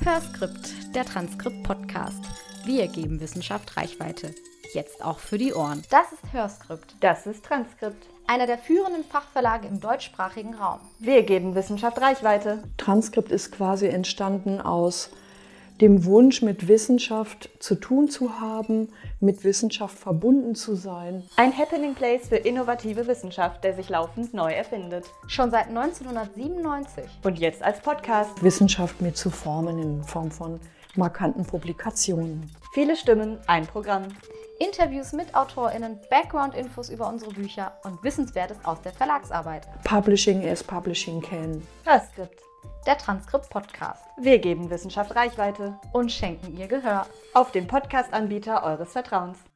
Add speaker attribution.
Speaker 1: Perskript, der Transkript-Podcast. Wir geben Wissenschaft Reichweite. Jetzt auch für die Ohren.
Speaker 2: Das ist Hörskript,
Speaker 3: Das ist Transkript.
Speaker 2: einer der führenden Fachverlage im deutschsprachigen Raum.
Speaker 3: Wir geben Wissenschaft Reichweite.
Speaker 4: Transkript ist quasi entstanden aus dem Wunsch, mit Wissenschaft zu tun zu haben, mit Wissenschaft verbunden zu sein.
Speaker 3: Ein Happening Place für innovative Wissenschaft, der sich laufend neu erfindet.
Speaker 2: Schon seit 1997.
Speaker 3: Und jetzt als Podcast.
Speaker 4: Wissenschaft mit zu formen in Form von markanten Publikationen.
Speaker 3: Viele Stimmen, ein Programm.
Speaker 2: Interviews mit AutorInnen, Background-Infos über unsere Bücher und Wissenswertes aus der Verlagsarbeit.
Speaker 4: Publishing as Publishing can.
Speaker 3: Hörskript.
Speaker 2: Der Transkript-Podcast.
Speaker 3: Wir geben Wissenschaft Reichweite.
Speaker 2: Und schenken ihr Gehör.
Speaker 3: Auf dem Podcast-Anbieter eures Vertrauens.